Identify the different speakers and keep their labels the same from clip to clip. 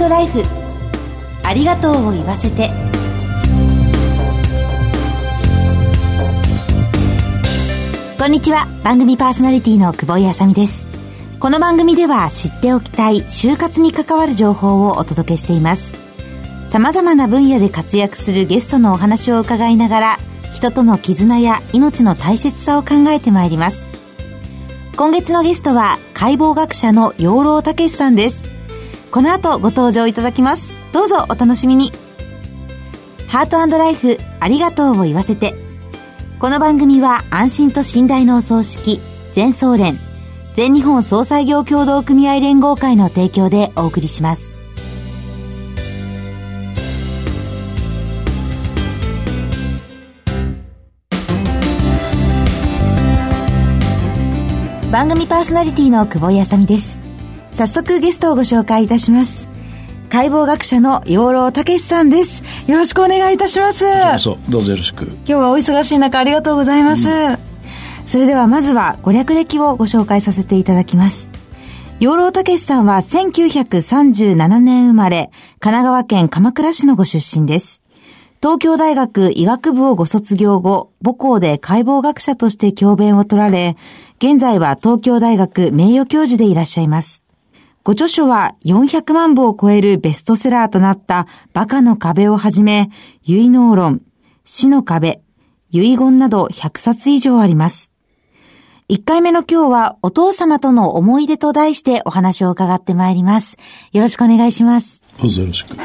Speaker 1: トライフありがとうを言わせてこんにちは番組パーソナリティの久保井あさみですこの番組では知っておきたい就活に関わる情報をお届けしています様々な分野で活躍するゲストのお話を伺いながら人との絆や命の大切さを考えてまいります今月のゲストは解剖学者の養老孟さんですこの後ご登場いただきますどうぞお楽しみにハートライフありがとうを言わせてこの番組は安心と信頼のお葬式全総連全日本総裁業協同組合連合会の提供でお送りします番組パーソナリティの久保井あさみです早速ゲストをご紹介いたします解剖学者の養老孟さんですよろしくお願いいたします
Speaker 2: どう
Speaker 1: 今
Speaker 2: ぞどうぞよろしく
Speaker 1: 日はお忙しい中ありがとうございます、それではまずはご略歴をご紹介させていただきます養老孟さんは1937年生まれ神奈川県鎌倉市のご出身です東京大学医学部をご卒業後、母校で解剖学者として教鞭を取られ、現在は東京大学名誉教授でいらっしゃいます。ご著書は400万部を超えるベストセラーとなったバカの壁をはじめ、結納論、死の壁、遺言など100冊以上あります。1回目の今日はお父様との思い出と題してお話を伺ってまいります。よろしくお願いします。
Speaker 2: どうぞよろしく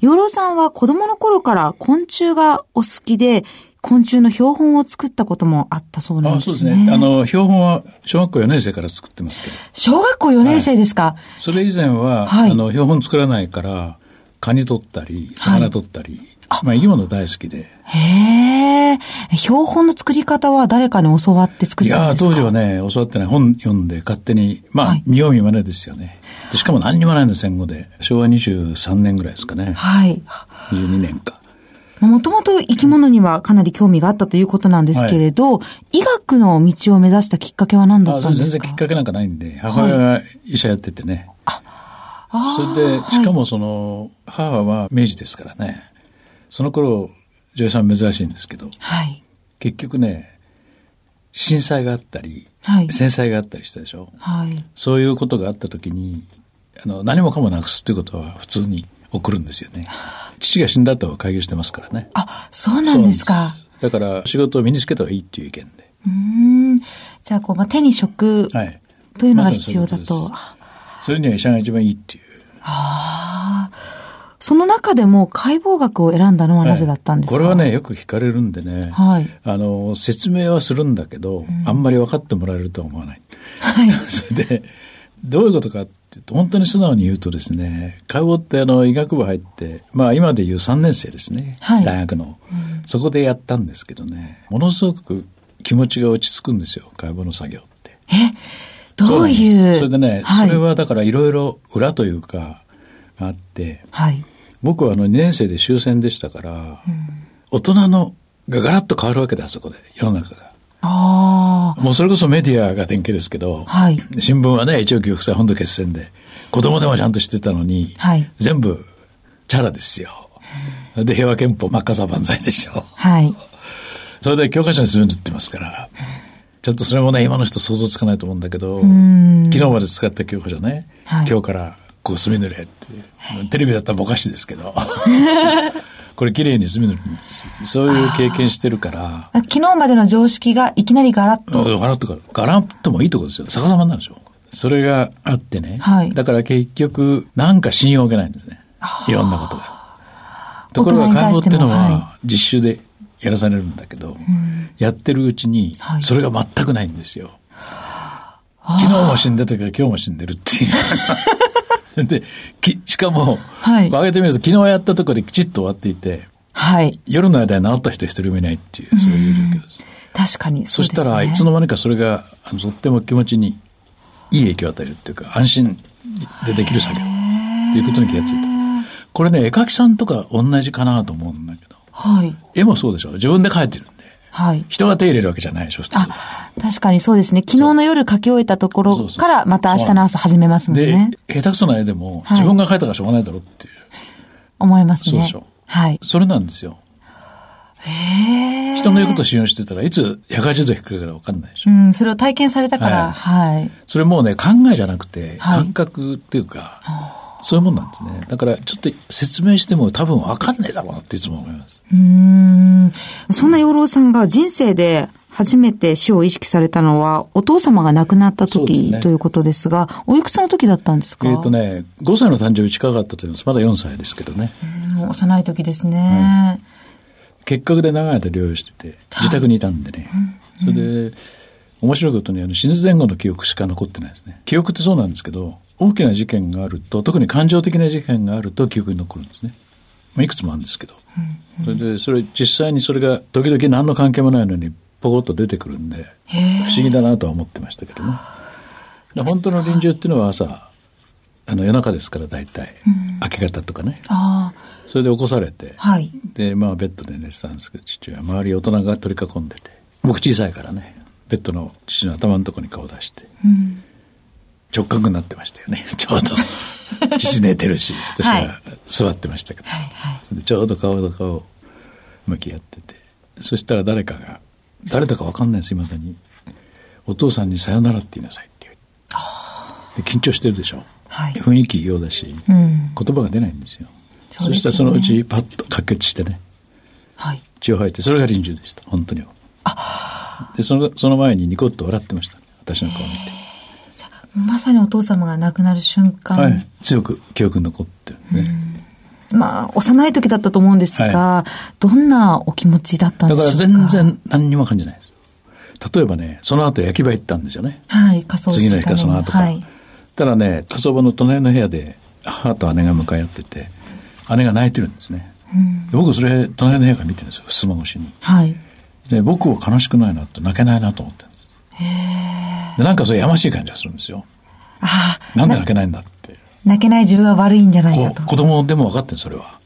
Speaker 1: 養老さんは子供の頃から昆虫がお好きで、昆虫の標本を作ったこともあったそうなん
Speaker 2: あ
Speaker 1: で
Speaker 2: そうですす
Speaker 1: ね。
Speaker 2: ねあの標本は小学校4年生から作ってますけど
Speaker 1: 小学校4年生ですか、
Speaker 2: それ以前は、
Speaker 1: はい
Speaker 2: あの標本作らないからカニ取ったり魚取ったり、まあ生き物大好きで
Speaker 1: へえ。標本の作り方は誰かに教わって作
Speaker 2: い
Speaker 1: ったん
Speaker 2: やー
Speaker 1: ですか
Speaker 2: 当時はね教わってない本読んで勝手にまあ、
Speaker 1: はい
Speaker 2: 見よう見まねですよねでしかも何にもないの戦後で昭和23年ぐらいですかね
Speaker 1: はい。
Speaker 2: 22年か
Speaker 1: もともと生き物にはかなり興味があったということなんですけれど、医学の道を目指したきっかけは何だっ
Speaker 2: あ
Speaker 1: た
Speaker 2: そ
Speaker 1: ん
Speaker 2: れ
Speaker 1: で
Speaker 2: 全
Speaker 1: す
Speaker 2: 然
Speaker 1: か
Speaker 2: きっかけなんかないんで、母親が医者やっててね。それで、しかもその、母は明治ですからね。その頃、女優さん珍しいんですけど、
Speaker 1: はい。
Speaker 2: 結局ね、震災があったり、
Speaker 1: はい。
Speaker 2: 戦災があったりしたでしょ。
Speaker 1: はい。
Speaker 2: そういうことがあった時に、あの、何もかもなくすっていうことは普通に起こるんですよね。父が死んだ後は開業してますからね。
Speaker 1: あ、そうなんですか。
Speaker 2: だから、仕事を身につけた方がいいっていう意見で。
Speaker 1: うーん。じゃあ、こう、まあ、手に職
Speaker 2: はい。
Speaker 1: というのが必要だと。
Speaker 2: まそれには医者が一番いいっていう。
Speaker 1: その中でも解剖学を選んだのはなぜだったんですか、
Speaker 2: これはね、よく聞かれるんでね。
Speaker 1: はい。
Speaker 2: あの、説明はするんだけど、あんまり分かってもらえるとは思わない。
Speaker 1: はい。
Speaker 2: それで、どういうことかっていうと、本当に素直に言うとですね、解剖ってあの、医学部入って、まあ今でいう3年生ですね。
Speaker 1: はい
Speaker 2: 大学の、そこでやったんですけどね、ものすごく気持ちが落ち着くんですよ、解剖の作業って。
Speaker 1: え、どういう。
Speaker 2: それでね、
Speaker 1: はい、
Speaker 2: それはだからいろいろ裏というか、あって、
Speaker 1: はい。
Speaker 2: 僕はあの2年生で終戦でしたから、大人のがガラッと変わるわけだ、あそこで、世の中が。
Speaker 1: あ
Speaker 2: もうそれこそメディアが典型ですけど、
Speaker 1: あ。はい。
Speaker 2: 新聞はね、一応記憶本土決戦で、子供でもちゃんとしてたのに、
Speaker 1: はい
Speaker 2: 全部チャラですよ。で、平和憲法真っ赤さ万歳でしょ。
Speaker 1: はい。
Speaker 2: それで教科書にするにってますから、ちょっとそれもね、今の人想像つかないと思うんだけど、昨
Speaker 1: ん
Speaker 2: 日まで使った教科書ね、
Speaker 1: はい
Speaker 2: 今日からこう墨塗れっていう、テレビだったらぼかしですけ ど、これ綺麗に墨塗るんですよそういう経験してるから、
Speaker 1: 昨日までの常識がいきなりガラッと。
Speaker 2: ガラッとか、ガラッともいいとこですよ。逆さまになるでしょ。それがあってね。
Speaker 1: はい
Speaker 2: だから結局、なんか信用を受けないんですね。いろんなことが。と
Speaker 1: 大
Speaker 2: こ
Speaker 1: 人
Speaker 2: ろ
Speaker 1: に
Speaker 2: が解
Speaker 1: 対し
Speaker 2: 放ってていう
Speaker 1: も
Speaker 2: の
Speaker 1: は
Speaker 2: は、実習でやらされるんだけど、やってるうちに
Speaker 1: は、い
Speaker 2: それが全くないんですよ。昨日も死んだ時は今日も死んでるっ ていう。で、きしかも、
Speaker 1: はい
Speaker 2: こう上げてみると、昨日やったとこできちっと終わっていて、
Speaker 1: はい。
Speaker 2: 夜の間に治った人一人もいないっていう、そういう状況です。
Speaker 1: 確かにそ
Speaker 2: そうし
Speaker 1: ですね。
Speaker 2: たらいつの間にかそれがあのとっても気持ちにいい影響を与えるっていうか安心でできる作業っていうことに気がついた。これね絵描きさんとか同じかなと思うんだけど
Speaker 1: はい。
Speaker 2: 絵もそうでしょ自分で描いてるんで
Speaker 1: はい。
Speaker 2: 人が手入れるわけじゃないでしょ、普通。
Speaker 1: 確かにそうですね。昨日の夜書き終えたところからまた明日の朝始めますもんね。
Speaker 2: で、下手くそな絵でも、自分が描いたからしょうがないだろうっていう。
Speaker 1: 思いますね。
Speaker 2: そうでしょ。
Speaker 1: はい。
Speaker 2: それなんですよ。
Speaker 1: へえ。
Speaker 2: 人の言うことを信用してたらいつ180度引くかわかんないでしょ。
Speaker 1: うん、それを体験されたから、はい。
Speaker 2: それもうね、考えじゃなくて、感覚っていうか、そういうもんなんですね。だからちょっと説明しても多分わかんないだろうなっていつも思います。
Speaker 1: うん。そんな養老さんが人生で初めて死を意識されたのは、お父様が亡くなった時、ね、ということですが、おいくつの時だったんですか
Speaker 2: えっ、とね、5歳の誕生日近かったと思います。まだ4歳ですけどね。
Speaker 1: うん幼い時ですね。
Speaker 2: うん、結核で長い間療養してて、自宅にいたんでね。はい、それで、面白いことにあの死ぬ前後の記憶しか残ってないですね。記憶ってそうなんですけど、大きな事件があると特に感情的な事件があると記憶に残るんですね、まあ、いくつもあるんですけど、うんうん、それでそれ実際にそれが時々何の関係もないのにポコッと出てくるんで不思議だなとは思ってましたけどね本当の臨終っていうのは朝あの夜中ですから大体、うん、明け方とかねそれで起こされて、
Speaker 1: はい、
Speaker 2: でまあベッドで寝てたんですけど父親周り大人が取り囲んでて僕小さいからねベッドの父の頭のとこに顔出して、
Speaker 1: うん
Speaker 2: 直角になってましたよね ちょ うど父寝てるし私は座ってましたけど、、
Speaker 1: はいはい
Speaker 2: ちょうど顔と顔向き合っててそしたら誰かが誰だか分かんないですいまだに「お父さんにさよならって言いなさい」って言う緊張してるでしょ、
Speaker 1: はい、
Speaker 2: 雰囲気異様だし、
Speaker 1: うん、
Speaker 2: 言葉が出ないんですよ
Speaker 1: そ
Speaker 2: す、ね、そしたらそのうちパッと可決してね、
Speaker 1: はい、
Speaker 2: 血を吐いてそれが臨終でした本当に
Speaker 1: あ
Speaker 2: でそのその前にニコッと笑ってました、ね、私の顔見て。
Speaker 1: まさにお父様が亡くなる瞬間、
Speaker 2: はい、強く記憶に残ってるね、
Speaker 1: まあ幼い時だったと思うんですが、はい、どんなお気持ちだったんでしょうか
Speaker 2: だから全然何にも感じないです例えばねその後焼き場行ったんですよね
Speaker 1: はい仮装
Speaker 2: 次の日かその後か、
Speaker 1: はい、
Speaker 2: たらね火葬場の隣の部屋で母と姉が向かい合ってて姉が泣いてるんですね、
Speaker 1: うん、
Speaker 2: 僕それ隣の部屋から見てるんですよ襖越しに
Speaker 1: はい
Speaker 2: で僕は悲しくないなって泣けないなと思ってるんです
Speaker 1: へえ
Speaker 2: なんかそれやましい感じがするんですよ。
Speaker 1: あ
Speaker 2: あ。なんで泣けないんだって。
Speaker 1: 泣けない自分は悪いんじゃないかと。
Speaker 2: 子供でも分かってるそれは。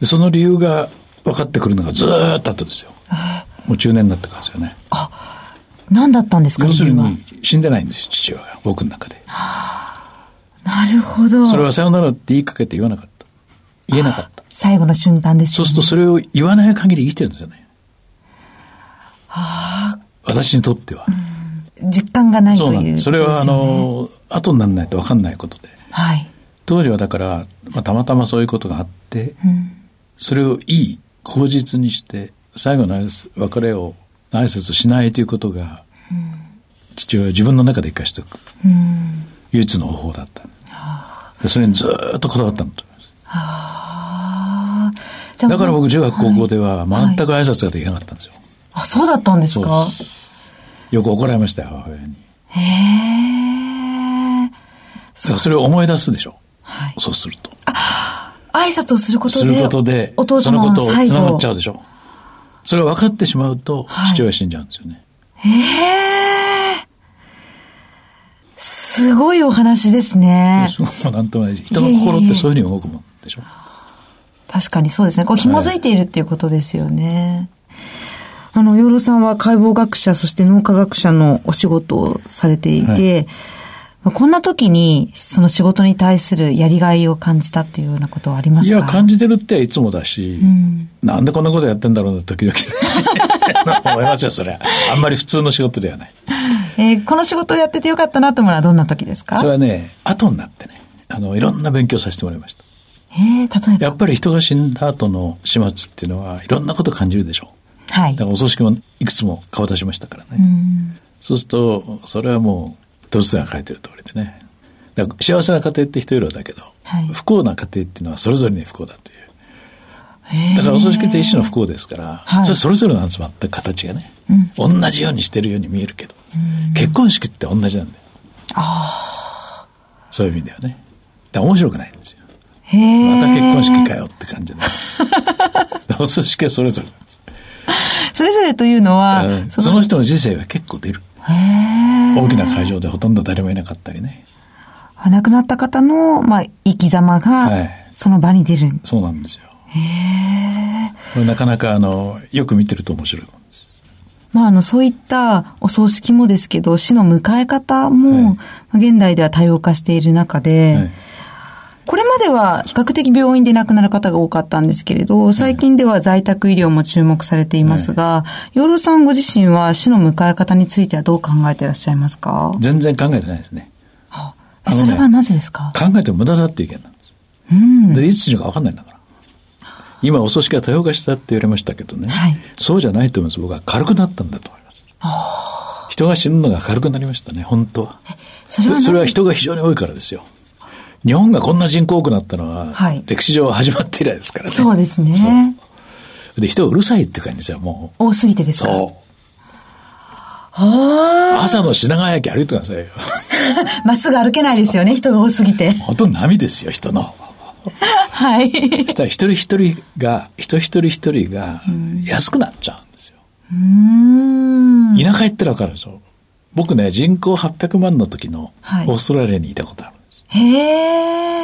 Speaker 2: で、その理由が分かってくるのがずーっと後ですよ。もう中年になってからですよね。
Speaker 1: あ、何だったんですか
Speaker 2: 要するに死んでないんです父親が、僕の中で。
Speaker 1: なるほど。
Speaker 2: それはさよならって言いかけて言わなかった。言えなかった。
Speaker 1: 最後の瞬間です、ね、
Speaker 2: そうするとそれを言わない限り生きてるんですよね。
Speaker 1: ああ。
Speaker 2: 私にとっては。
Speaker 1: うん実感がないという、ね、
Speaker 2: それはあの後にならないと分かんないことで、
Speaker 1: はい、
Speaker 2: 当時はだから、まあ、たまたまそういうことがあって、
Speaker 1: うん、
Speaker 2: それをいい口実にして最後の別れを挨拶しないということが、
Speaker 1: うん、
Speaker 2: 父親は自分の中で生かしておく、
Speaker 1: うん、
Speaker 2: 唯一の方法だったでそれにずっとこだわったんだと思いますだから僕中学高校では全く挨拶ができなかったんですよ、はい
Speaker 1: はい、あそうだったんですか
Speaker 2: よく怒られましたよ、母親に。
Speaker 1: へえ。
Speaker 2: だからそれを思い出すでしょ。
Speaker 1: はい。
Speaker 2: そうすると。
Speaker 1: あ、挨拶をすることで。
Speaker 2: することで、
Speaker 1: お父
Speaker 2: 様のそのことを繋がっちゃうでしょ。それが分かってしまうと、はい、父親死んじゃうんですよね。
Speaker 1: へえ。すごいお話ですね。
Speaker 2: そう、なんともない。人の心ってそういうふうに動くもんでしょ。
Speaker 1: 確かにそうですね。こう、紐づいているっていうことですよね。はいあの、養老さんは解剖学者、そして脳科学者のお仕事をされていて、はい、こんな時に、その仕事に対するやりがいを感じたっていうようなことはありますか
Speaker 2: いや、感じてるっていつもだし、うん、なんでこんなことやってんだろうな、時々。 思いますよ、それは。あんまり普通の仕事ではない。
Speaker 1: えー、この仕事をやっててよかったなと思うのはどんな時ですか
Speaker 2: それはね、後になってね、あの、いろんな勉強させてもらいました。
Speaker 1: えー、例えば
Speaker 2: やっぱり人が死んだ後の始末っていうのは、いろんなこと感じるでしょう。
Speaker 1: はい、
Speaker 2: だからお葬式もいくつも顔出しましたからね、
Speaker 1: うん、
Speaker 2: そうするとそれはもうドルスが書いてる通りでねだから幸せな家庭って人よりはだけど、
Speaker 1: はい、
Speaker 2: 不幸な家庭っていうのはそれぞれに不幸だというだからお葬式って一種の不幸ですから、はい、それそれぞれの集まった形がね、
Speaker 1: うん、
Speaker 2: 同じようにしてるように見えるけど、うん、結婚式って同じなんだよ
Speaker 1: あ
Speaker 2: そういう意味ではねだから面白くないんですよ
Speaker 1: ま
Speaker 2: た結婚式かよって 感じでお葬式はそれぞれ
Speaker 1: それぞれというのは、
Speaker 2: その,その人の人生が結構出る。大きな会場でほとんど誰もいなかったりね。
Speaker 1: 亡くなった方の、まあ、生き様が、その場に出る、はい、
Speaker 2: そうなんですよ。
Speaker 1: へ
Speaker 2: これなかなか、あの、よく見てると面白いもんです。
Speaker 1: まあ、あの、そういったお葬式もですけど、死の迎え方も、まあ現代では多様化している中で、
Speaker 2: はい
Speaker 1: これまでは比較的病院で亡くなる方が多かったんですけれど、最近では在宅医療も注目されていますが、養老さんご自身は死の迎え方についてはどう考えていらっしゃいますか
Speaker 2: 全然考えてないですね。
Speaker 1: あ
Speaker 2: あのね
Speaker 1: それはなぜですか
Speaker 2: 考えても無駄だっていう意見なんです。
Speaker 1: うん。
Speaker 2: で、いつ死ぬか分かんないんだから。今、お葬式が多様化したって言われましたけどね。
Speaker 1: はい
Speaker 2: そうじゃないと思います。僕は軽くなったんだと思います。人が死ぬのが軽くなりましたね、本当は。
Speaker 1: それはなぜ
Speaker 2: それは人が非常に多いからですよ。日本がこんな人口多くなったのは、
Speaker 1: はい
Speaker 2: 歴史上始まって以来ですからね。
Speaker 1: そうですね。
Speaker 2: で、人がうるさいって感じじゃもう。
Speaker 1: 多すぎてですか
Speaker 2: そう。
Speaker 1: は
Speaker 2: 朝の品川駅歩いてくださいよ。
Speaker 1: あまっすぐ歩けないですよね、人が多すぎて。
Speaker 2: 本当波ですよ、人の。
Speaker 1: はい。
Speaker 2: したら一人一人が、人一人一人が安くなっちゃうんですよ。
Speaker 1: うーん。
Speaker 2: 田舎行ったらわかるでしょ。僕ね、人口800万の時の
Speaker 1: はい
Speaker 2: オーストラリアにいたことあるんです。
Speaker 1: へ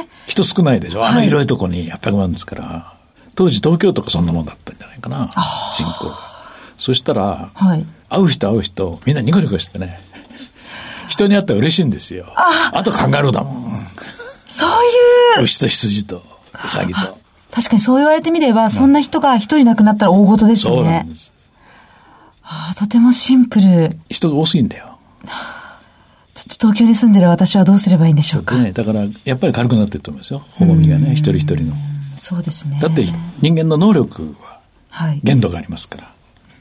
Speaker 1: え。
Speaker 2: 人少ないでしょ。あの
Speaker 1: はい
Speaker 2: 広いとこに800万ですから。当時東京とかそんなもんだったんじゃないかな。人口が。そしたら、
Speaker 1: はい。
Speaker 2: 会う人会う人、みんなニコニコしてね。人に会ったら嬉しいんですよ。あとカンガルーだもん。
Speaker 1: そういう、
Speaker 2: 牛と羊とウサギと。
Speaker 1: 確かにそう言われてみれば、そんな人が一人亡くなったら大事です
Speaker 2: そうな
Speaker 1: ね
Speaker 2: ん。です。
Speaker 1: ああとてもシンプル。
Speaker 2: 人が多すぎんだよ。
Speaker 1: ちょっと東京に住んでる私はどうすればいいんでしょうか。
Speaker 2: ね、だから、やっぱり軽くなってると思いますよ。重みがね、一人一人の。
Speaker 1: そうですね。
Speaker 2: だって、人間の能力は
Speaker 1: はい。
Speaker 2: 限度がありますから。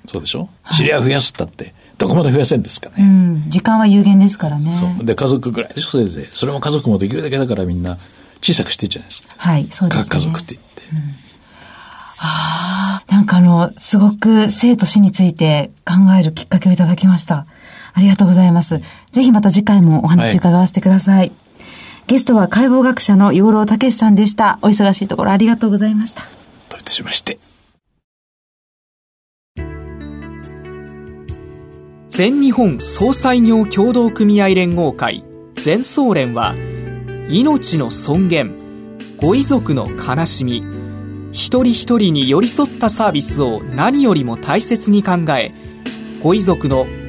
Speaker 2: そうでしょ知り合い増やすったって、どこまで増やせんですか
Speaker 1: う
Speaker 2: ね。
Speaker 1: ん。時間は有限ですからね。
Speaker 2: そうで、家族ぐらいでしょ、せいぜい。それも家族もできるだけだからみんな小さくしていいじゃないですか。
Speaker 1: はい、そうですね。
Speaker 2: か家族って言って。
Speaker 1: なんかあの、すごく生と死について考えるきっかけをいただきました。ありがとうございます。ぜひまた次回もお話伺わせてください。ゲストは解剖学者の養老孟さんでした。お忙しいところありがとうございました。
Speaker 2: どういたしまして。
Speaker 3: 全日本総裁業協同組合連合会全総連は命の尊厳ご遺族の悲しみ一人一人に寄り添ったサービスを何よりも大切に考えご遺族の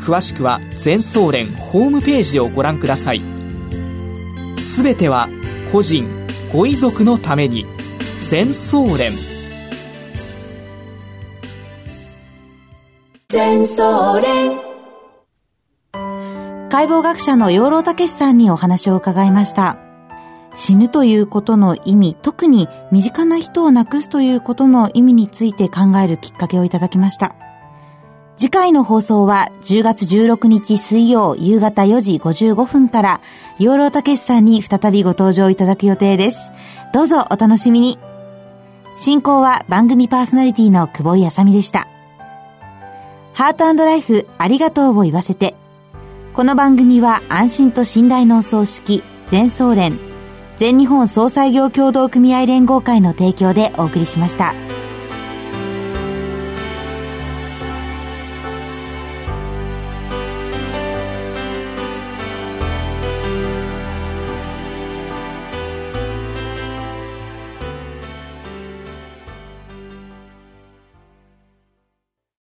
Speaker 3: 詳しくは全総連ホームページをご覧くださいすべては個人ご遺族のために全総連
Speaker 1: 解剖学者の養老孟さんにお話を伺いました。死ぬということの意味、特に身近な人を亡くすということの意味について考えるきっかけをいただきました。次回の放送は10月16日水曜夕方4時55分から、養老孟さんに再びご登場いただく予定です。どうぞお楽しみに。進行は番組パーソナリティの久保井あさみでした。ハートライフありがとうを言わせて。この番組は安心と信頼のお葬式全総連全日本総裁業協同組合連合会の提供でお送りしました。